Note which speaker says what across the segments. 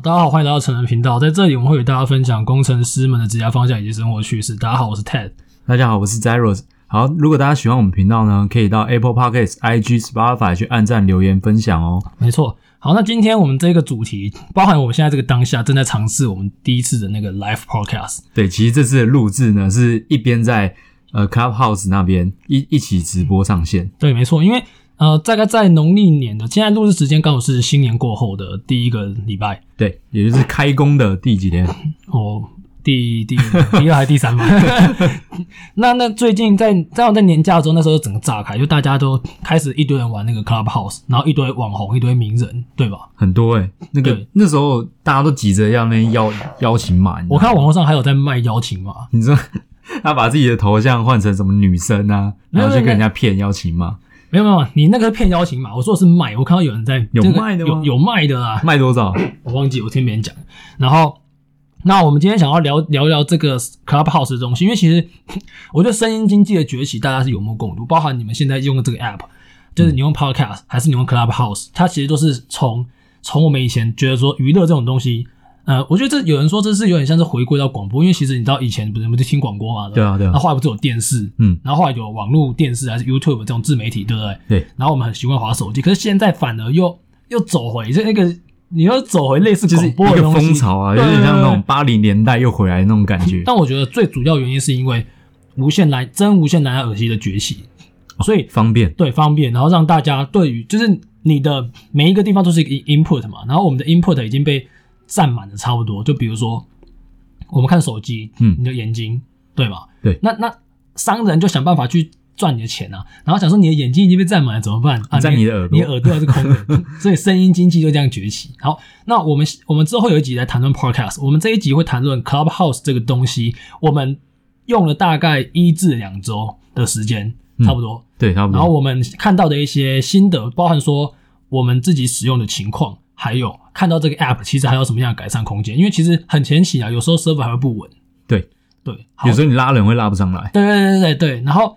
Speaker 1: 大家好，欢迎来到成人频道，在这里我们会与大家分享工程师们的职业方向以及生活趣事。大家好，我是 Ted。
Speaker 2: 大家好，我是 Zeros。好，如果大家喜欢我们频道呢，可以到 Apple Podcasts、IG、Spotify 去按赞、留言、分享哦。
Speaker 1: 没错，好，那今天我们这个主题，包含我们现在这个当下正在尝试我们第一次的那个 live podcast。
Speaker 2: 对，其实这次的录制呢，是一边在呃 Clubhouse 那边一一起直播上线。
Speaker 1: 对，没错，因为呃，大概在农历年的现在录制时间刚好是新年过后的第一个礼拜，
Speaker 2: 对，也就是开工的第几天？
Speaker 1: 哦，第第第二还是第三吧。 那那最近在正好在年假的时候，那时候整个炸开，就大家都开始一堆人玩那个 Clubhouse，然后一堆网红，一堆名人，对吧？
Speaker 2: 很多诶、那个
Speaker 1: 对
Speaker 2: 那时候大家都急着要那边邀邀请码。你知
Speaker 1: 我
Speaker 2: 道吗
Speaker 1: 看网络上还有在卖邀请码，
Speaker 2: 你说 他把自己的头像换成什么女生啊，
Speaker 1: 没
Speaker 2: 然
Speaker 1: 有
Speaker 2: 后就跟
Speaker 1: 没有
Speaker 2: 人家骗邀请码，
Speaker 1: 没有没有，你那个是骗邀请码，我说的是卖，我看到有人在
Speaker 2: 有
Speaker 1: 那个
Speaker 2: 卖的吗
Speaker 1: 有有卖的啦，
Speaker 2: 卖多少？
Speaker 1: 我忘记我听别人讲。然后，那我们今天想要聊聊一聊这个 Clubhouse 的东西，因为其实 我觉得声音经济的崛起，大家是有目共睹，包含你们现在用的这个 App，就是你用 Podcast 还是你用 Clubhouse，它其实都是从从我们以前觉得说娱乐这种东西。呃，我觉得这有人说这是有点像是回归到广播，因为其实你知道以前不是我们就听广播嘛，
Speaker 2: 对啊对啊
Speaker 1: 那后来不是有电视，
Speaker 2: 嗯，
Speaker 1: 然后后来有网络电视还是 YouTube 这种自媒体，对不对？
Speaker 2: 对。
Speaker 1: 然后我们很习惯滑手机，可是现在反而又又走回这那个，你又走回类似
Speaker 2: 就
Speaker 1: 广
Speaker 2: 是一
Speaker 1: 播的
Speaker 2: 个
Speaker 1: 东西
Speaker 2: 风潮啊，有
Speaker 1: 对
Speaker 2: 点像那
Speaker 1: 对
Speaker 2: 种八零年代又回来那种感觉。
Speaker 1: 但我觉得最主要原因是因为无线蓝真无线蓝牙耳机的崛起，所以
Speaker 2: 方便，
Speaker 1: 对方便，然后让大家对于就是你的每一个地方都是一个 input 嘛，然后我们的 input 已经被占满的差不多，就比如说我们看手机，
Speaker 2: 嗯
Speaker 1: 你的眼睛，对吧？
Speaker 2: 对
Speaker 1: 那那商人就想办法去。赚你的钱啊，然后想说你的眼睛已经被占满了怎么办？啊，
Speaker 2: 占你的耳朵
Speaker 1: 你耳朵还是空的， 所以声音经济就这样崛起。好，那我们我们之后有一集来谈论 podcast，我们这一集会谈论 Clubhouse 这个东西，我们用了大概一至两周的时间，
Speaker 2: 嗯
Speaker 1: 差不多。
Speaker 2: 对，差不多。
Speaker 1: 然后我们看到的一些心得，包含说我们自己使用的情况，还有看到这个 app 其实还有什么样的改善空间，因为其实很前期啊，有时候 server 还会不稳。
Speaker 2: 对
Speaker 1: 对，候
Speaker 2: 有时候你拉人会拉不上来，
Speaker 1: 对对对对对。然后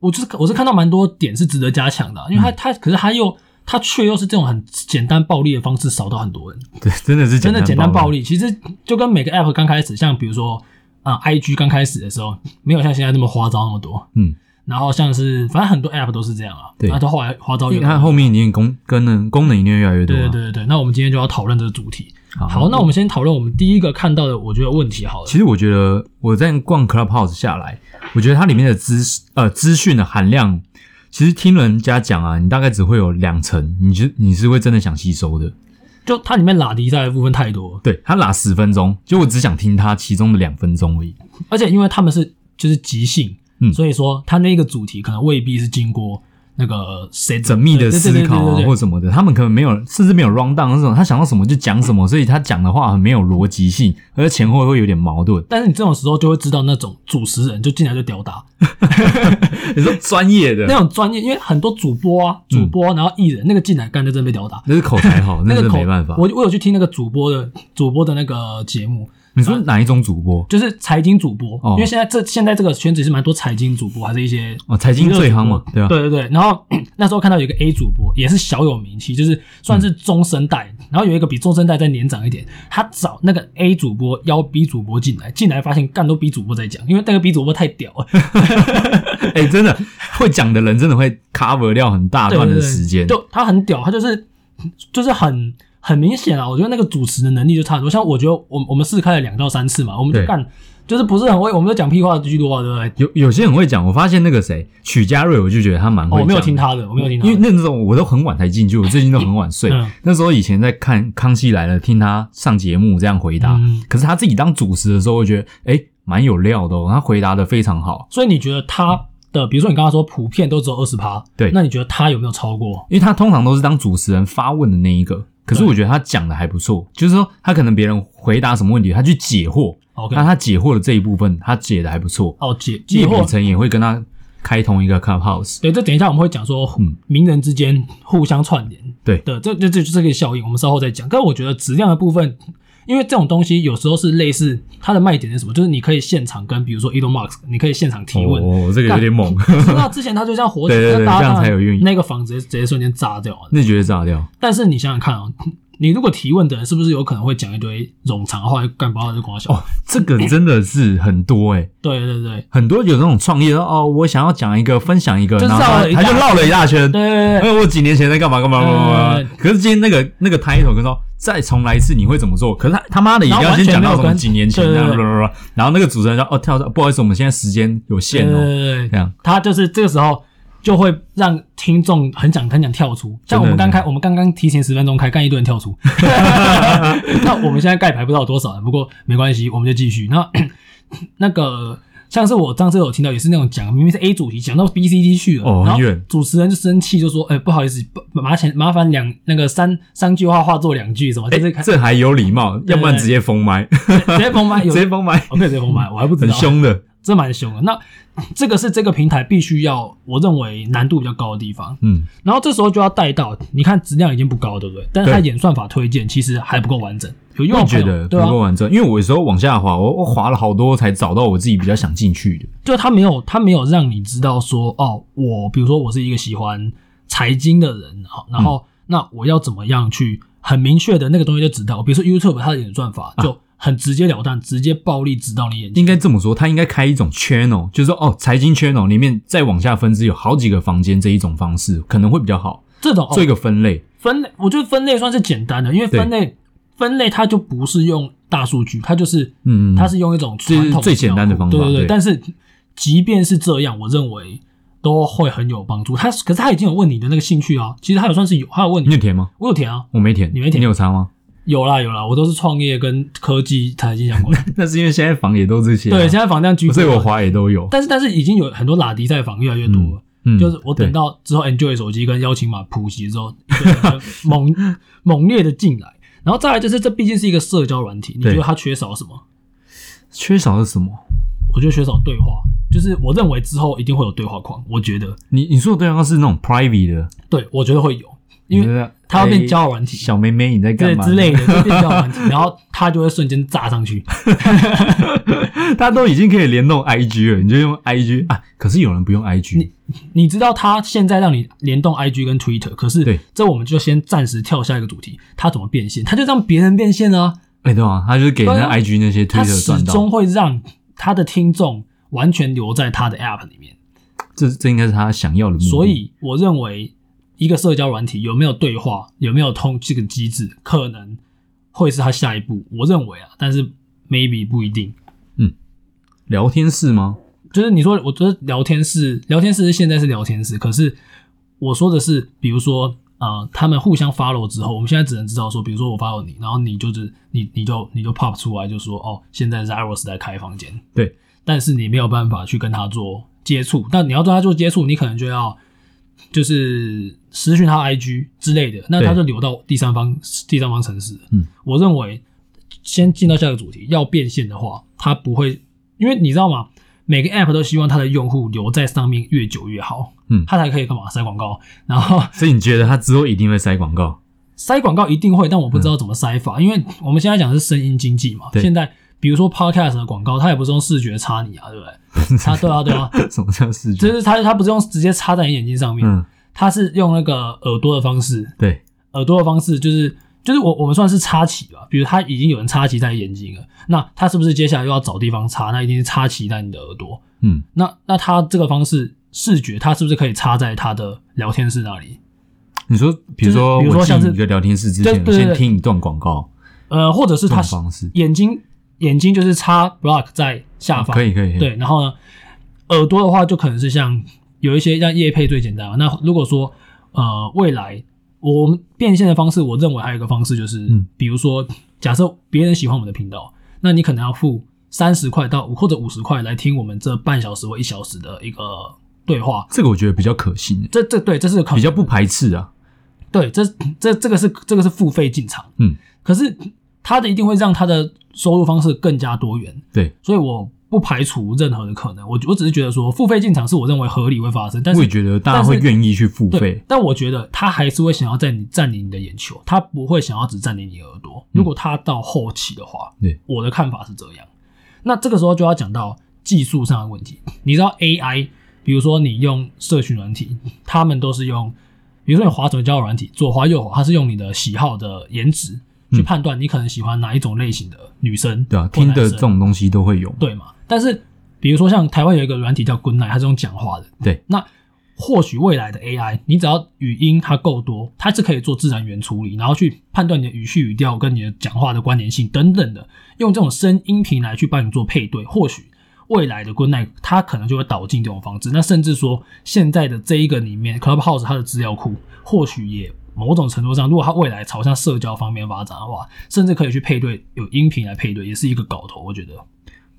Speaker 1: 我就是我是看到蛮多点是值得加强的啊、因为它它可是它又它却又是这种很简单暴力的方式扫到很多人，
Speaker 2: 对，真的是
Speaker 1: 真的简单暴
Speaker 2: 力。
Speaker 1: 力。其实就跟每个 app 刚开始，像比如说啊、呃 IG 刚开始的时候，没有像现在这么花招那么多。
Speaker 2: 嗯，
Speaker 1: 然后像是反正很多 app 都是这样啊，
Speaker 2: 对
Speaker 1: 然后后来花招
Speaker 2: 因
Speaker 1: 越
Speaker 2: 为它后面已经功功能功能已经越来越多
Speaker 1: 对
Speaker 2: 了。
Speaker 1: 对对对对，那我们今天就要讨论这个主题。
Speaker 2: 好
Speaker 1: 好，那我们先讨论我们第一个看到的，我觉得问题好了。
Speaker 2: 其实我觉得我在逛 Clubhouse 下来，我觉得它里面的资呃资讯的含量，其实听人家讲啊，你大概只会有两成，你就你是会真的想吸收的。
Speaker 1: 就它里面拉迪在的部分太多了，
Speaker 2: 对他拉十分钟，就我只想听他其中的两分钟而已。
Speaker 1: 而且因为他们是就是即兴，
Speaker 2: 嗯
Speaker 1: 所以说他那个主题可能未必是经过那个谁
Speaker 2: 缜密的思考啊，或
Speaker 1: 者
Speaker 2: 什么的，他们可能没有，甚至没有 round down 那种，他想到什么就讲什么，所以他讲的话很没有逻辑性，而且前后会有点矛盾。
Speaker 1: 但是你这种时候就会知道那种主持人就进来就屌打
Speaker 2: 你说专业的，
Speaker 1: 那种专业，因为很多主播
Speaker 2: 嗯
Speaker 1: 啊，主播、然后艺人那个进来干就真的被屌打，
Speaker 2: 那是口才好，
Speaker 1: 那
Speaker 2: 那真
Speaker 1: 个
Speaker 2: 的
Speaker 1: 口
Speaker 2: 没办法。
Speaker 1: 我我有去听那个主播的主播的那个节目，
Speaker 2: 你说哪一种主播？
Speaker 1: 就是财经主播，
Speaker 2: 哦
Speaker 1: 因为现在这现在这个圈子是蛮多财经主播，还是一些
Speaker 2: 哦，财经最夯嘛，对啊吧、
Speaker 1: 对对对。然后 那时候看到有一个 A 主播，也是小有名气，就是算是中生代，
Speaker 2: 嗯
Speaker 1: 然后有一个比中生代再年长一点，他找那个 A 主播邀 B 主播进来，进来发现干都 B 主播在讲，因为那个 B 主播太屌 了，
Speaker 2: 哎、真的会讲的人真的会 cover 掉很大
Speaker 1: 对对
Speaker 2: 段
Speaker 1: 对，
Speaker 2: 的时间。
Speaker 1: 就他很屌，他就是就是很很明显啊，我觉得那个主持的能力就差很多。像我觉得我我们试开了两到三次嘛，我们就
Speaker 2: 对
Speaker 1: 干就是不是很会，我们就讲屁话居多啊，对不对？
Speaker 2: 有有些很会讲，我发现那个谁许家瑞，我就觉得他蛮
Speaker 1: 哦，
Speaker 2: 会讲、
Speaker 1: 我没有听，他的，我没有听他的，
Speaker 2: 因为那时候我都很晚才进去，我最近都很晚睡。
Speaker 1: 嗯
Speaker 2: 那时候以前在看《康熙来了》，听他上节目这样回答，
Speaker 1: 嗯
Speaker 2: 可是他自己当主持的时候，我觉得哎，诶蛮、有料的哦，他回答的非常好，
Speaker 1: 所以你觉得他的，比如说你刚刚说普遍都只有二十趴，
Speaker 2: 对
Speaker 1: 那你觉得他有没有超过？
Speaker 2: 因为他通常都是当主持人发问的那一个。可是我觉得他讲的还不错，就是说他可能别人回答什么问题，他去解惑，
Speaker 1: OK，
Speaker 2: 那他解惑的这一部分，他解的还不错。
Speaker 1: 哦解
Speaker 2: 叶
Speaker 1: 解
Speaker 2: 秉
Speaker 1: 惑，
Speaker 2: 辰也会跟他开同一个 clubhouse，
Speaker 1: 对，这等一下我们会讲说
Speaker 2: 嗯，
Speaker 1: 名人之间互相串联，
Speaker 2: 对
Speaker 1: 的，这这这就是这个效应，我们稍后再讲。但我觉得质量的部分。因为这种东西有时候是类似它的卖点是什么，就是你可以现场跟比如说 Elon Musk，你可以现场提问。
Speaker 2: 哦，这个有点 猛，
Speaker 1: 那之前他就这样火 起来，
Speaker 2: 对对对
Speaker 1: 那大家
Speaker 2: 这样才有运
Speaker 1: 那个房子直接直接瞬间炸掉了。
Speaker 2: 那觉得炸掉。
Speaker 1: 但是你想想看啊、你如果提问的人是不是有可能会讲一堆冗长的话，干不好就光小？
Speaker 2: 哦，这个真的是很多诶、
Speaker 1: 对对对
Speaker 2: 很多有那种创业哦，我想要讲一个，分享一个，
Speaker 1: 就
Speaker 2: 然后
Speaker 1: 绕
Speaker 2: 他
Speaker 1: 了一
Speaker 2: 他
Speaker 1: 大
Speaker 2: 就绕了一大圈。
Speaker 1: 对对对
Speaker 2: 哎，我几年前在干嘛干嘛干嘛干嘛
Speaker 1: 对
Speaker 2: 干嘛？可是今天那个那个 title 跟说再重来一次你会怎么做？可是他他妈的也
Speaker 1: 然
Speaker 2: 要
Speaker 1: 后
Speaker 2: 先讲
Speaker 1: 完全没
Speaker 2: 到
Speaker 1: 有
Speaker 2: 什么
Speaker 1: 跟
Speaker 2: 几年前
Speaker 1: 对
Speaker 2: 这
Speaker 1: 对
Speaker 2: 样，
Speaker 1: 对
Speaker 2: 然后那个主持人说哦跳到，不好意思，我们现在时间有限
Speaker 1: 对
Speaker 2: 哦，
Speaker 1: 对
Speaker 2: 这
Speaker 1: 对，
Speaker 2: 样
Speaker 1: 他就是这个时候就会让听众很想很想跳出。像我们刚开，我们刚刚提前十分钟开，干一堆人跳 出。那我们现在盖牌不知道有多少人，不过没关系，我们就继续。那 那个。像是我上次有听到，也是那种讲明明是 A 主题，讲到 B、C、D 去了，
Speaker 2: 哦很
Speaker 1: 然后
Speaker 2: 远
Speaker 1: 主持人就生气，就说：“哎、不好意思，不麻烦麻烦两那个三三句话化作两句什么，就是
Speaker 2: 哎，这还有礼貌，要不
Speaker 1: 对
Speaker 2: 然
Speaker 1: 对
Speaker 2: 直接封麦，
Speaker 1: 直接封麦，有
Speaker 2: 直接封麦，
Speaker 1: 我可以直接封麦，我还不知
Speaker 2: 很
Speaker 1: 道，
Speaker 2: 凶的。
Speaker 1: 这蛮凶的。那这个是这个平台必须要，我认为难度比较高的地方。
Speaker 2: 嗯，
Speaker 1: 然后这时候就要带到，你看质量已经不高，对不对？但是它
Speaker 2: 对
Speaker 1: 演算法推荐其实还不够完整，有用
Speaker 2: 我
Speaker 1: 的
Speaker 2: 觉
Speaker 1: 朋友
Speaker 2: 得不
Speaker 1: 对啊
Speaker 2: 够，完整，因为我有时候往下滑，我我滑了好多才找到我自己比较想进去的。
Speaker 1: 就它没有它没有让你知道说，哦，我比如说我是一个喜欢财经的人，好，然
Speaker 2: 嗯
Speaker 1: 后、那我要怎么样去很明确的那个东西就指导，比如说 YouTube 它的演算法
Speaker 2: 啊
Speaker 1: 就很直截了当，直接暴力指导你眼睛。
Speaker 2: 应该这么说，他应该开一种 channel，就是说哦，财经 channel 里面再往下分支有好几个房间这一种方式可能会比较好，
Speaker 1: 这种哦
Speaker 2: 做一个分类。
Speaker 1: 分类，我觉得分类算是简单的，因为分类分类它就不是用大数据，它就是
Speaker 2: 嗯嗯嗯
Speaker 1: 它是用一种
Speaker 2: 这
Speaker 1: 传
Speaker 2: 是
Speaker 1: 统
Speaker 2: 最简单的方法
Speaker 1: 对对
Speaker 2: 对
Speaker 1: 但是即便是这样，我认为都会很有帮助。它可是它已经有问你的那个兴趣啊，其实它有算是有，它有问
Speaker 2: 你
Speaker 1: 你，
Speaker 2: 有填吗？
Speaker 1: 我有填啊，
Speaker 2: 我没填，
Speaker 1: 你没填
Speaker 2: 你有查 吗？
Speaker 1: 有啦有啦，我都是创业跟科技财经相关 的。
Speaker 2: 那是因为现在房也都这些啊、
Speaker 1: 对，现在房价居多
Speaker 2: 所以我，滑也都有。
Speaker 1: 但是但是已经有很多拉迪在房越来越多了。
Speaker 2: 嗯，
Speaker 1: 就是我等
Speaker 2: 对
Speaker 1: 到之后 Enjoy 手机跟邀请码普及之后，一堆人就 猛猛烈的进来，然后再来就是这毕竟是一个社交软体，你
Speaker 2: 对
Speaker 1: 觉得它缺少什么？
Speaker 2: 缺少的是什么？
Speaker 1: 我觉得缺少对话，就是我认为之后一定会有对话框，我觉得，
Speaker 2: 你你说的对象是那种 private 的，
Speaker 1: 对我觉得会有，因
Speaker 2: 你
Speaker 1: 为
Speaker 2: 觉得
Speaker 1: 它要变交友
Speaker 2: 哎
Speaker 1: 软体
Speaker 2: 小妹妹你在干
Speaker 1: 这
Speaker 2: 嘛
Speaker 1: 之类的就变交友软体，然后它就会瞬间炸上去。
Speaker 2: 他都已经可以联动 IG 了，你就用 IG 啊。可是有人不用 IG，
Speaker 1: 你知道它现在让你联动 IG 跟 Twitter，可
Speaker 2: 对
Speaker 1: 是这我们就先暂时跳下一个主题，它怎么变现？它就让别人变现啊。
Speaker 2: 哎、对啊，他就是给人
Speaker 1: 对
Speaker 2: 家
Speaker 1: 啊
Speaker 2: IG 那些推
Speaker 1: 他
Speaker 2: 特
Speaker 1: 始
Speaker 2: 赚到
Speaker 1: 终，会让他的听众完全留在他的 App 里面。
Speaker 2: 这这应该是他想要的目的。
Speaker 1: 所以，我认为一个社交软体有没有对话，有没有通这个机制，可能会是他下一步。我认为啊，但是 maybe 不一定。
Speaker 2: 聊天室吗？
Speaker 1: 就是你说，我觉得聊天室，聊天室现在是聊天室，可是我说的是，比如说。呃，他们互相 follow 之后，我们现在只能知道说，比如说我 follow 你，然后你就是你你就你就 pop 出来就说哦，现在 Zaros 在开房间，
Speaker 2: 对，
Speaker 1: 但是你没有办法去跟他做接触。那你要跟他做接触，你可能就要就是私讯他 IG 之类的，那
Speaker 2: 对
Speaker 1: 他就流到第三方第三方城市。
Speaker 2: 嗯，
Speaker 1: 我认为先进到下一个主题，要变现的话，它不会，因为你知道吗？每个 app 都希望它的用户留在上面越久越好，
Speaker 2: 嗯
Speaker 1: 它才可以干嘛塞广告，然后
Speaker 2: 所以你觉得他之后一定会塞 广告？
Speaker 1: 塞广告一定会，但我不知道怎么塞法，因为我们现在讲的是声音经济嘛。
Speaker 2: 嗯对
Speaker 1: 现在比如说 podcast 的广告，它也不是用视觉插你啊，对不对？它对啊对 啊，
Speaker 2: 什么叫视
Speaker 1: 就
Speaker 2: 觉？
Speaker 1: 是它它不是用直接插在你眼睛上面，
Speaker 2: 嗯，
Speaker 1: 它是用那个耳朵的方式，
Speaker 2: 对，
Speaker 1: 耳朵的方式就是就是我我们算是插旗吧，比如它已经有人插旗在眼睛了，那它是不是接下来又要找地方插？那一定是插旗在你的耳朵。
Speaker 2: 嗯，
Speaker 1: 那那它这个方式视觉，它是不是可以插在它的聊天室那里？
Speaker 2: 你说，比如说，
Speaker 1: 就是比如说
Speaker 2: 我
Speaker 1: 像是
Speaker 2: 进一个聊天室之前，
Speaker 1: 对对对
Speaker 2: 先听一段广告，
Speaker 1: 呃，或者是
Speaker 2: 这
Speaker 1: 它
Speaker 2: 种方式啊
Speaker 1: 眼睛眼睛就是插 block 在下方，
Speaker 2: 哦可以，可以，可以，
Speaker 1: 对，然后呢，耳朵的话就可能是像有一些像叶配最简单嘛。啊那如果说呃未来我们变现的方式，我认为还有一个方式就是，
Speaker 2: 嗯
Speaker 1: 比如说假设别人喜欢我们的频道，那你可能要付三十块到或者五十块来听我们这半小时或一小时的一个对话。
Speaker 2: 这个我觉得比较可行，
Speaker 1: 这这对这是可
Speaker 2: 比较不排斥啊。
Speaker 1: 对，这这这个是这个是付费进场，
Speaker 2: 嗯，
Speaker 1: 可是他的一定会让他的收入方式更加多元，
Speaker 2: 对，
Speaker 1: 所以我不排除任何的可能。我我只是觉得说付费进场是我认为合理会发生，但
Speaker 2: 我
Speaker 1: 是
Speaker 2: 也觉得大家会愿意去付
Speaker 1: 对
Speaker 2: 费，，
Speaker 1: 但我觉得他还是会想要在你占领你的眼球，他不会想要只占领你的耳朵。如果他到后期的话，
Speaker 2: 对
Speaker 1: 我的看法是这样。那这个时候就要讲到技术上的问题。你知道 AI，比如说你用社群软体，他们都是用比如说你滑什么交友软体，左滑右滑，它是用你的喜好的颜值去判断你可能喜欢哪一种类型的女生，
Speaker 2: 对啊，
Speaker 1: 或
Speaker 2: 听
Speaker 1: 男
Speaker 2: 的这
Speaker 1: 生
Speaker 2: 种东西都会有，
Speaker 1: 对嘛？但是比如说像台湾有一个软体叫 Good Night，它是用讲话的。
Speaker 2: 对，
Speaker 1: 那或许未来的 AI，你只要语音它够多，它是可以做自然语言处理，然后去判断你的语序、语调跟你的讲话的关联性等等的，用这种声音频来去帮你做配对。或许未来的 Good Night 它可能就会导进这种方式。那甚至说现在的这一个里面 Clubhouse 它的资料库，或许也。某种程度上，如果它未来朝向社交方面发展的话，甚至可以去配对，有音频来配对，也是一个搞头。我觉得，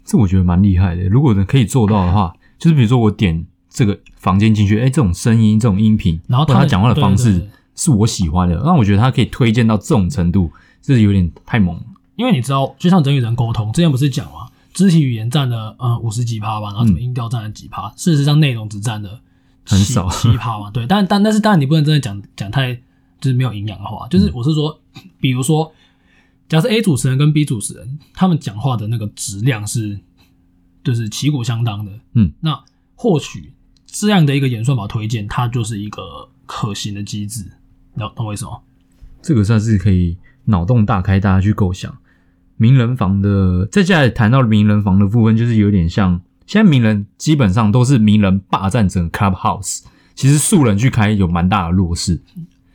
Speaker 2: 这我觉得蛮厉害的。如果可以做到的话，就是比如说我点这个房间进去，哎，这种声音、这种音频，
Speaker 1: 然后
Speaker 2: 或
Speaker 1: 他
Speaker 2: 者
Speaker 1: 们
Speaker 2: 他讲话的
Speaker 1: 对
Speaker 2: 方
Speaker 1: 对
Speaker 2: 式
Speaker 1: 对
Speaker 2: 是我喜欢的，那我觉得他可以推荐到这种程度，这有点太猛了。
Speaker 1: 因为你知道，就像人与人沟通，之前不是讲嘛，肢体语言占了呃五十几趴吧，然后什么音调占了几趴，事实上内容只占了
Speaker 2: 嗯很少
Speaker 1: 七趴嘛，对。但但但是当然你不能真的讲讲太就是没有营养的话，
Speaker 2: 嗯
Speaker 1: 就是我是说，比如说，假设 A 主持人跟 B 主持人他们讲话的那个质量是就是旗鼓相当的，
Speaker 2: 嗯，
Speaker 1: 那或许这样的一个演算法推荐，它就是一个可行的机制，你懂懂我意思吗？
Speaker 2: 这个算是可以脑洞大开，大家去构想。名人房的，再接下来谈到名人房的部分，就是有点像现在名人基本上都是名人霸占整个 Clubhouse，其实素人去开有蛮大的弱势。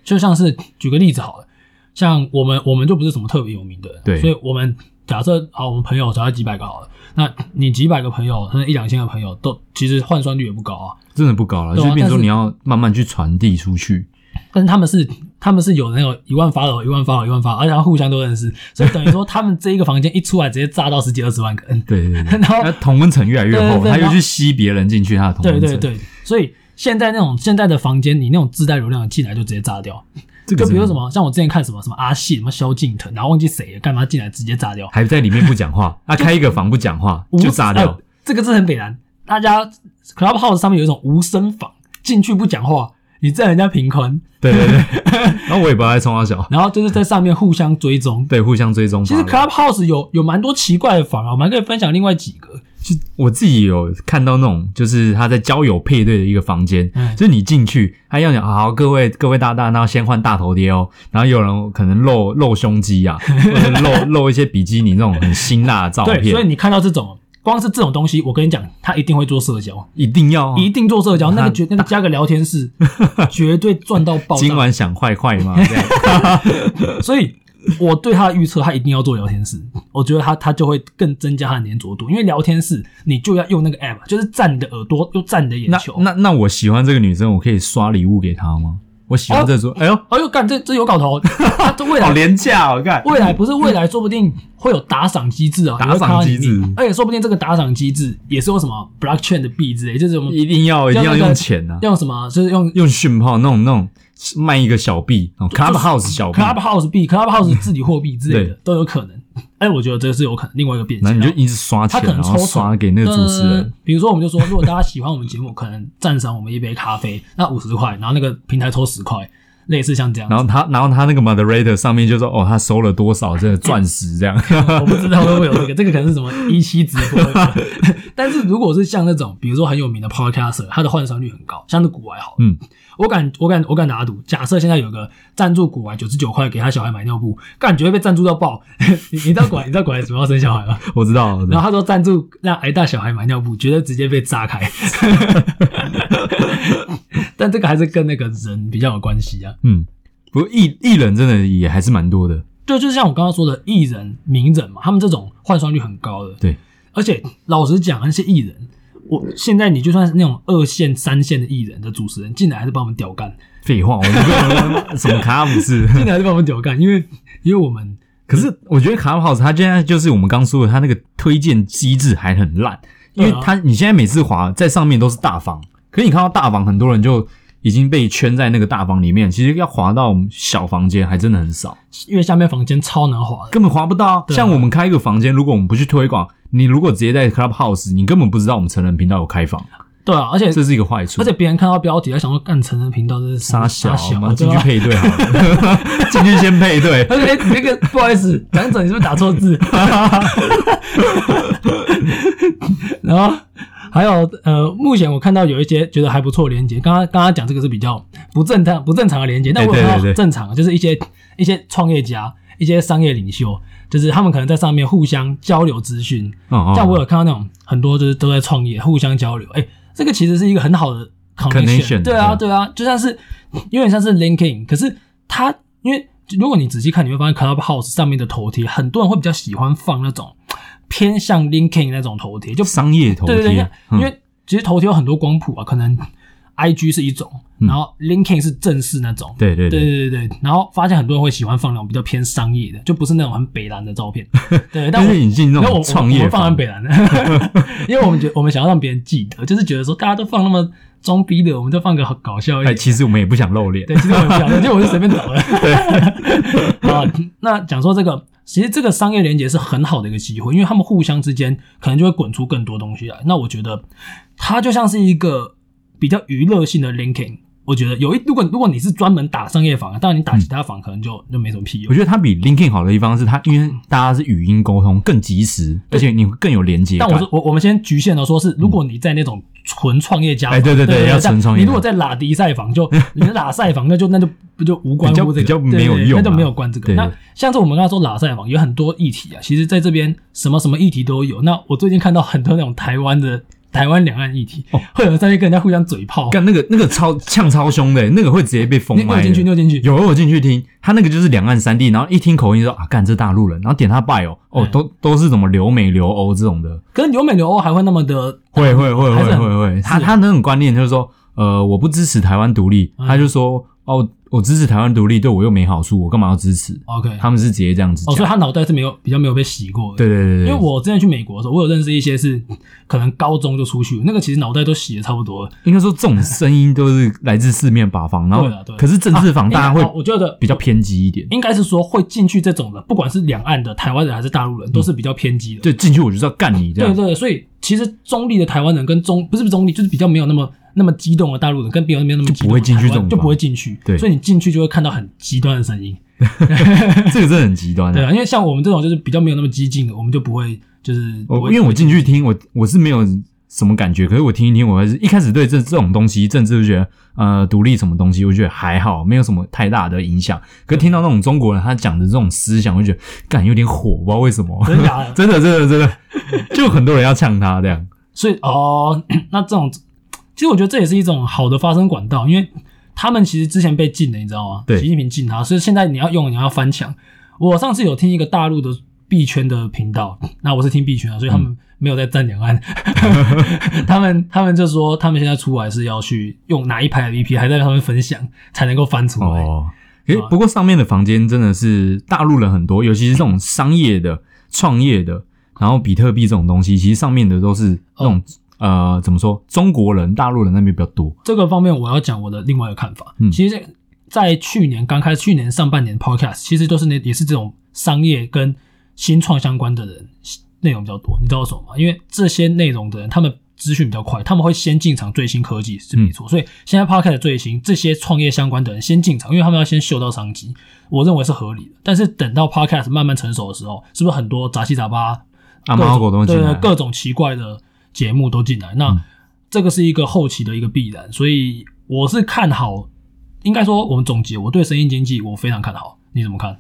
Speaker 1: 就像是举个例子好了，像我们我们就不是什么特别有名的人，啊
Speaker 2: 对
Speaker 1: 所以我们假设好，我们朋友假设几百个好了，那你几百个朋友，可能一两千个朋友都其实换算率也不高啊，
Speaker 2: 真的不高了，
Speaker 1: 对
Speaker 2: 就
Speaker 1: 啊
Speaker 2: 是变
Speaker 1: 但
Speaker 2: 成说
Speaker 1: 是
Speaker 2: 你要慢慢去传递出去。
Speaker 1: 但是他们是他们是有那种一万发了，一万发了，一万发，而且他们互相都认识，所以等于说他们这一个房间一出来直接炸到十几二十万个 人，
Speaker 2: 对 对对，
Speaker 1: 然后
Speaker 2: 那同温层越来越厚，
Speaker 1: 对对对
Speaker 2: 他又
Speaker 1: 然后
Speaker 2: 去吸别人进去他的同温
Speaker 1: 对
Speaker 2: 层。
Speaker 1: 对，对，所以现在那种现在的房间，你那种自带流量的进来就直接炸掉，
Speaker 2: 这个
Speaker 1: 就比如
Speaker 2: 真的
Speaker 1: 什么像我之前看什么什么阿信什么萧敬腾，然后忘记谁了，干嘛进来直接炸掉，
Speaker 2: 还在里面不 讲话，他开一个房不讲话
Speaker 1: 无
Speaker 2: 就炸掉
Speaker 1: 呃。这个是很北然，大家 Clubhouse 上面有一种无声房，进去不讲话，你占人家平宽，
Speaker 2: 对对对， 然后我也不爱冲他小，
Speaker 1: 然后就是在上面互相追踪。
Speaker 2: 对，互相追踪
Speaker 1: 其
Speaker 2: 发
Speaker 1: 实
Speaker 2: 文。
Speaker 1: Clubhouse 有有蛮多奇怪的房啊，我们还可以分享另外几个。
Speaker 2: 就我自己有看到那种，就是他在交友配对的一个房间，
Speaker 1: 嗯
Speaker 2: 就是你进去，他要讲好，各位各位大大，那先换大头贴哦，然后有人可能露露胸肌啊， 或者露露一些比基尼那种很辛辣的照
Speaker 1: 对，所以
Speaker 2: 片，
Speaker 1: 你看到这种，光是这种东西，我跟你讲，他一定会做社交，
Speaker 2: 一定要啊
Speaker 1: 一定做社交。那
Speaker 2: 那
Speaker 1: 个绝那个加个聊天室，绝对赚到爆
Speaker 2: 今
Speaker 1: 炸。
Speaker 2: 晚想坏坏 吗？这样
Speaker 1: 所以我对他的预测，他一定要做聊天室。我觉得他他就会更增加他的粘着度，因为聊天室你就要用那个 app，就是占你的耳朵又占你的眼
Speaker 2: 那
Speaker 1: 球。
Speaker 2: 那那我喜欢这个女生，我可以刷礼物给她吗？我喜欢这桌， 哎呦，
Speaker 1: 哎呦干，这这有搞头！ 他这未
Speaker 2: 好
Speaker 1: 来
Speaker 2: 廉价哦，看，
Speaker 1: 未来不是未来，说不定会有打赏机制啊，
Speaker 2: 打赏机制
Speaker 1: 你会看到你而且说不定这个打赏机制也是用什么 blockchain 的币之类，就是我们
Speaker 2: 一定要一定要用钱呐、啊，
Speaker 1: 用什么，就是用
Speaker 2: 用讯炮那种那种卖一个小币，那种 Clubhouse 小币，
Speaker 1: Clubhouse 币、Clubhouse 自己货币之类的
Speaker 2: 对
Speaker 1: 都有可能。哎，我觉得这个是有可能另外一个变
Speaker 2: 然后
Speaker 1: 现。
Speaker 2: 你就一直刷
Speaker 1: 他
Speaker 2: 钱，
Speaker 1: 可
Speaker 2: 然
Speaker 1: 能
Speaker 2: 后
Speaker 1: 抽
Speaker 2: 刷给那个主持
Speaker 1: 呃
Speaker 2: 人。
Speaker 1: 比如说，我们就说，如果大家喜欢我们节目，可能赞赏我们一杯咖啡，那五十块，然后那个平台抽十块，类似像这样子。
Speaker 2: 然后他，然后他那个 moderator 上面就说，哦，他收了多少这个钻石这样，
Speaker 1: 我不知道会不会有这个，这个可能是什么 一期直播。但是如果是像那种，比如说很有名的 podcaster，他的换算率很高，像是古玩好了，
Speaker 2: 嗯，
Speaker 1: 我敢，我敢，我敢打赌，假设现在有个赞助古玩九十九块给他小孩买尿布，感觉会被赞助到爆。 你你知道古玩，你知道古玩什么时候生小孩吗？
Speaker 2: 我知道，我
Speaker 1: 然
Speaker 2: 知道，
Speaker 1: 后他说赞助让挨大小孩买尿布，绝对直接被炸开。 但这个还是跟那个人比较有关系啊。
Speaker 2: 嗯，不过艺艺人真的也还是蛮多的，
Speaker 1: 对，就是像我刚刚说的，艺人、名人嘛，他们这种换算率很高的。
Speaker 2: 对，
Speaker 1: 而且老实讲，那些艺人，我现在你就算是那种二线、三线的艺人的主持人进来，还是把我们屌干，
Speaker 2: 废话，我们不什么卡姆斯，
Speaker 1: 进来还是把我们屌干，因为因为我们
Speaker 2: 可是我觉得卡 house 它现在就是我们刚说的，它那个推荐机制还很烂，因为
Speaker 1: 对啊
Speaker 2: 它你现在每次滑在上面都是大房，可是你看到大房很多人就已经被圈在那个大房里面，其实要滑到小房间还真的很少，
Speaker 1: 因为下面房间超难滑的，
Speaker 2: 根本滑不到。
Speaker 1: 对啊
Speaker 2: 像我们开一个房间，如果我们不去推广，你如果直接在 Clubhouse，你根本不知道我们成人频道有开房，
Speaker 1: 对啊，而且
Speaker 2: 这是一个坏处。
Speaker 1: 而且别人看到标题，他想说干成人频道这是
Speaker 2: 傻
Speaker 1: 小
Speaker 2: 小
Speaker 1: 小啊
Speaker 2: 嘛，
Speaker 1: 对
Speaker 2: 进去
Speaker 1: 吧？
Speaker 2: 配对好了， 进去先 配对。
Speaker 1: 而且、哎你那个不好意思，讲 者你是不是打错字？然后还有呃，目前我看到有一些觉得还不错的连接，刚刚刚刚讲这个是比较不正常不正常的连接，但
Speaker 2: 哎
Speaker 1: 我有看
Speaker 2: 对对
Speaker 1: 到
Speaker 2: 对
Speaker 1: 正常的，就是一些一些创业家、一些商业领袖，就是他们可能在上面互相交流资讯。
Speaker 2: 哦哦，
Speaker 1: 像我有看到那种很多就是都在创业，互相交流，哎、这个其实是一个很好的
Speaker 2: Connection，
Speaker 1: 对啊，
Speaker 2: 对
Speaker 1: 对啊，就像是有点像是 LinkedIn，可是它因为如果你仔细看，你会发现 Clubhouse 上面的头贴，很多人会比较喜欢放那种偏向 LinkedIn 那种头贴，就
Speaker 2: 商业头
Speaker 1: 对对对
Speaker 2: 贴，，
Speaker 1: 因
Speaker 2: 嗯
Speaker 1: 为其实头贴有很多光谱啊，可能 I G 是一种，
Speaker 2: 嗯
Speaker 1: 然后 LinkedIn 是正式那种。
Speaker 2: 对对
Speaker 1: 对对对对，然后发现很多人会喜欢放那种比较偏商业的，就不是那种很北蓝的照 片。对，但
Speaker 2: 但
Speaker 1: 我
Speaker 2: 是引进那
Speaker 1: 那我
Speaker 2: 种创
Speaker 1: 我
Speaker 2: 业
Speaker 1: 们放
Speaker 2: 房
Speaker 1: 很北蓝的， 因为我们觉我们想要让别人记得，就是觉得说大家都放那么装逼的，我们就放个好搞笑一
Speaker 2: 哎，
Speaker 1: 点。
Speaker 2: 其实我们也不想露脸，
Speaker 1: 对，其实我也不想，其实我是随便找 的。 啊，那讲说这个，其实这个商业连接是很好的一个机会，因为他们互相之间可能就会滚出更多东西来。那我觉得它就像是一个比较娱乐性的 linking。我觉得有一，如果如果你是专门打商业房，当然你打
Speaker 2: 嗯
Speaker 1: 其他房可能就就没什么屁用。
Speaker 2: 我觉得它比 LinkedIn 好的地方是它，因为大家是语音沟通更及时，而且你会更有连接
Speaker 1: 但
Speaker 2: 感。
Speaker 1: 我说我我们先局限的说是，如果你在那种纯创业家房，
Speaker 2: 哎对对对
Speaker 1: 对，
Speaker 2: 要
Speaker 1: 这样
Speaker 2: 纯创业
Speaker 1: 你如果在拉迪赛房，就你在拉赛房，那就那就不就无关
Speaker 2: 比较
Speaker 1: 乎这个，
Speaker 2: 比较
Speaker 1: 对
Speaker 2: 没有
Speaker 1: 对对
Speaker 2: 用
Speaker 1: 那就
Speaker 2: 啊
Speaker 1: 没有关这个。
Speaker 2: 对
Speaker 1: 那像是我们刚才说拉赛房有很多议题啊，其实在这边什么什么议题都有。那我最近看到很多那种台湾的台湾两岸议题，会有人在那边跟人家互相嘴炮。
Speaker 2: 哦干那个那个超呛超凶的，那个会直接被
Speaker 1: 你
Speaker 2: 封
Speaker 1: 哦你有
Speaker 2: 麦
Speaker 1: 进去，你
Speaker 2: 的。
Speaker 1: 有进去。
Speaker 2: 有我进去听，他那个就是两岸三地，然后一听口音就说啊，干这大陆人，然后点他 bio，哦，
Speaker 1: 嗯
Speaker 2: 都都是什么留美留欧这种的，
Speaker 1: 可是留美留欧还会那么的，
Speaker 2: 会会会
Speaker 1: 啊还是
Speaker 2: 会
Speaker 1: 很
Speaker 2: 会会，他
Speaker 1: 是
Speaker 2: 他那种观念就是说，呃，我不支持台湾独立，
Speaker 1: 嗯
Speaker 2: 他就说哦，我支持台湾独立对我又没好处，我干嘛要支持？
Speaker 1: OK，
Speaker 2: 他们是直接这样子
Speaker 1: 哦，所以
Speaker 2: 讲，
Speaker 1: 他脑袋是没有比较没有被洗过的。
Speaker 2: 对对对对，
Speaker 1: 因为我之前去美国的时候，我有认识一些是可能高中就出去了，那个其实脑袋都洗的差不多了。
Speaker 2: 应该说这种声音都是来自四面八方，然后
Speaker 1: 对啊对啊
Speaker 2: 可是政治
Speaker 1: 啊
Speaker 2: 房大家
Speaker 1: 应该哦我
Speaker 2: 会
Speaker 1: 觉得
Speaker 2: 比较偏激一点，
Speaker 1: 应该是说会进去这种的，不管是两岸的台湾人还是大陆人，都是比较偏激的。
Speaker 2: 就进去我就是要干嗯你这
Speaker 1: 对
Speaker 2: 样，
Speaker 1: 对对，所以其实中立的台湾人跟中不是中立，就是比较没有那么那么激动的大陆人，跟别人没有那么激动的
Speaker 2: 就不会进去
Speaker 1: 台
Speaker 2: 这
Speaker 1: 湾
Speaker 2: 种
Speaker 1: 就
Speaker 2: 地方
Speaker 1: 不会进去。
Speaker 2: 对
Speaker 1: 所以你进去就会看到很极端的声音。
Speaker 2: 这个真的很极端
Speaker 1: 对
Speaker 2: 啊。
Speaker 1: 啊，因为像我们这种就是比较没有那么激进的，我们就不会就是
Speaker 2: 我
Speaker 1: 不会
Speaker 2: 因为我进去听，我我是没有什么感觉，可是我听一听，我还是一开始对这这种东西政治就觉得呃独立什么东西，我觉得还好，没有什么太大的影响。可是听到那种中国人他讲的这种思想，我就觉得干有点火，不知道为什么。
Speaker 1: 真的假的
Speaker 2: 真的真的 真的，就很多人要呛他这样。
Speaker 1: 所以哦， 那这种其实我觉得这也是一种好的发声管道，因为他们其实之前被禁的，你知道吗？
Speaker 2: 对
Speaker 1: 习近平禁他，所以现在你要用，你要翻墙。我上次有听一个大陆的币圈的频道，那我是听币圈的，所以他们没有在站两岸，他们他们就说他们现在出来是要去用哪一排的 VP，还在他们分享才能够翻出来。
Speaker 2: 哦，诶，不过上面的房间真的是大陆人很多，尤其是这种商业的、创业的，然后比特币这种东西，其实上面的都是那种、
Speaker 1: 哦
Speaker 2: 呃，怎么说，中国人、大陆人那边比较多。
Speaker 1: 这个方面我要讲我的另外一个看法。
Speaker 2: 嗯
Speaker 1: 其实，在去年刚开始，去年上半年 Podcast 其实都是那也是这种商业跟新创相关的人内容比较多，你知道为什么吗？因为这些内容的人，他们资讯比较快，他们会先进场最新科技是没错，所以现在 Podcast 最新这些创业相关的人先进场，因为他们要先嗅到商机，我认为是合理的。但是等到 Podcast 慢慢成熟的时候，是不是很多杂七杂八各
Speaker 2: 阿啊猫
Speaker 1: 种
Speaker 2: 阿狗都进
Speaker 1: 对
Speaker 2: 来
Speaker 1: 对，各种奇怪的节目都进来。那、
Speaker 2: 嗯
Speaker 1: 这个是一个后期的一个必然，所以我是看好。应该说，我们总结，我对声音经济我非常看好。你怎么看？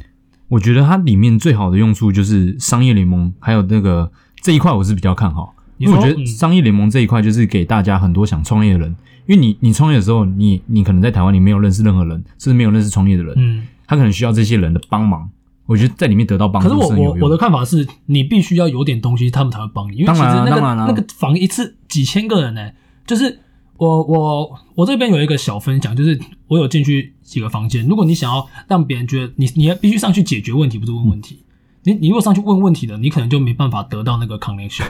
Speaker 2: 我觉得它里面最好的用处就是商业联盟，还有那个这一块我是比较看好，
Speaker 1: 你
Speaker 2: 因为
Speaker 1: 说
Speaker 2: 我觉得
Speaker 1: 嗯
Speaker 2: 商业联盟这一块就是给大家很多想创业的人，因为你你创业的时候，你你可能在台湾你没有认识任何人，甚至没有认识创业的人，
Speaker 1: 嗯，
Speaker 2: 他可能需要这些人的帮忙。我觉得在里面得到帮
Speaker 1: 可
Speaker 2: 助
Speaker 1: 是我
Speaker 2: 很有
Speaker 1: 我
Speaker 2: 用
Speaker 1: 我的看法是，你必须要有点东西，他们才会帮你。因为
Speaker 2: 当
Speaker 1: 其实
Speaker 2: 然啊
Speaker 1: 那个、
Speaker 2: 当然啊
Speaker 1: 那个房一次几千个人呢、就是我我我这边有一个小分享，就是我有进去几个房间。如果你想要让别人觉得你你要必须上去解决问题，不是问问
Speaker 2: 嗯
Speaker 1: 题。你你如果上去问问题的，你可能就没办法得到那个 connection，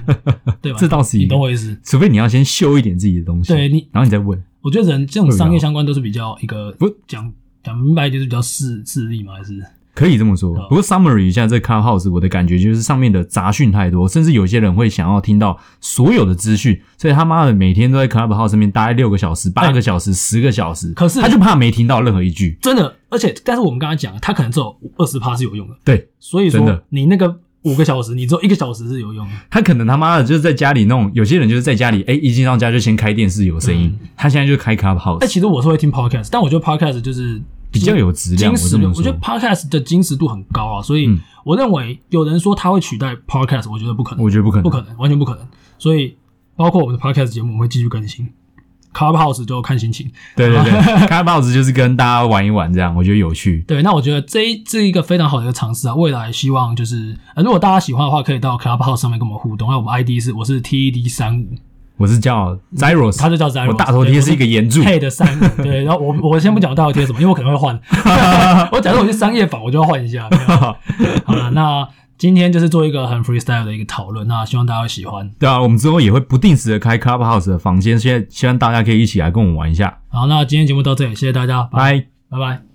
Speaker 1: 对吧？
Speaker 2: 这倒是
Speaker 1: 你
Speaker 2: 一个
Speaker 1: 懂我意思。
Speaker 2: 除非你要先秀一点自己的东西，
Speaker 1: 对你
Speaker 2: 然后你再问。
Speaker 1: 我觉得人这种
Speaker 2: 会比较
Speaker 1: 商业相关都是比
Speaker 2: 啊
Speaker 1: 较一个
Speaker 2: 不
Speaker 1: 讲讲明白就是比较势势利嘛，还是
Speaker 2: 可以这么说
Speaker 1: 嗯，
Speaker 2: 不过 summary 一下这 Clubhouse，我的感觉就是上面的杂讯太多，甚至有些人会想要听到所有的资讯，所以他妈的每天都在 Clubhouse 上面待六个小时、八个小时、十个小时，
Speaker 1: 可是
Speaker 2: 他就怕没听到任何一句。
Speaker 1: 真的。而且，但是我们刚刚讲，他可能只有二十趴是有用的，
Speaker 2: 对，
Speaker 1: 所以
Speaker 2: 真
Speaker 1: 说
Speaker 2: 的
Speaker 1: 你那个五个小时，你只有一个小时是有用的。
Speaker 2: 他可能他妈的就是在家里弄，有些人就是在家里，哎、一进到家就先开电视有声音，他现在就开 Clubhouse，、
Speaker 1: 嗯哎，其实我是会听 podcast，但我觉得 podcast 就是
Speaker 2: 比较有质量。
Speaker 1: 金
Speaker 2: 我
Speaker 1: 石
Speaker 2: 这
Speaker 1: 流，
Speaker 2: 么
Speaker 1: 我
Speaker 2: 说，
Speaker 1: 觉得 podcast 的金石度很高啊，所以
Speaker 2: 嗯
Speaker 1: 我认为有人说他会取代 podcast，我觉得不可能，
Speaker 2: 我觉得不可能，
Speaker 1: 不可能，完全不可能。所以包括我们的 podcast 节目，我们会继续更新。Clubhouse 就看心情。
Speaker 2: 对对 对，开 Clubhouse 就是跟大家玩一玩这样，我觉得有趣。
Speaker 1: 对，那我觉得这一这一个非常好的一个尝试啊，未来希望就是，呃，如果大家喜欢的话，可以到 Clubhouse 上面跟我们互动。那我们 ID 是我是 TED 三五，
Speaker 2: 我是叫 Zyros，
Speaker 1: 他就叫 Zero。
Speaker 2: 我大头贴是一个岩柱，
Speaker 1: 配的三五，对，然后我我先不讲我大头贴什么，因为我可能会换。我假设我去商业坊，我就要换一下。对吧好了，那今天就是做一个很 freestyle 的一个讨论，那希望大家会喜欢。
Speaker 2: 对啊，我们之后也会不定时的开 Clubhouse 的房间，现在希望大家可以一起来跟我们玩一下，
Speaker 1: 好，那今天节目到这里，谢谢大家，拜
Speaker 2: 拜。
Speaker 1: 拜拜。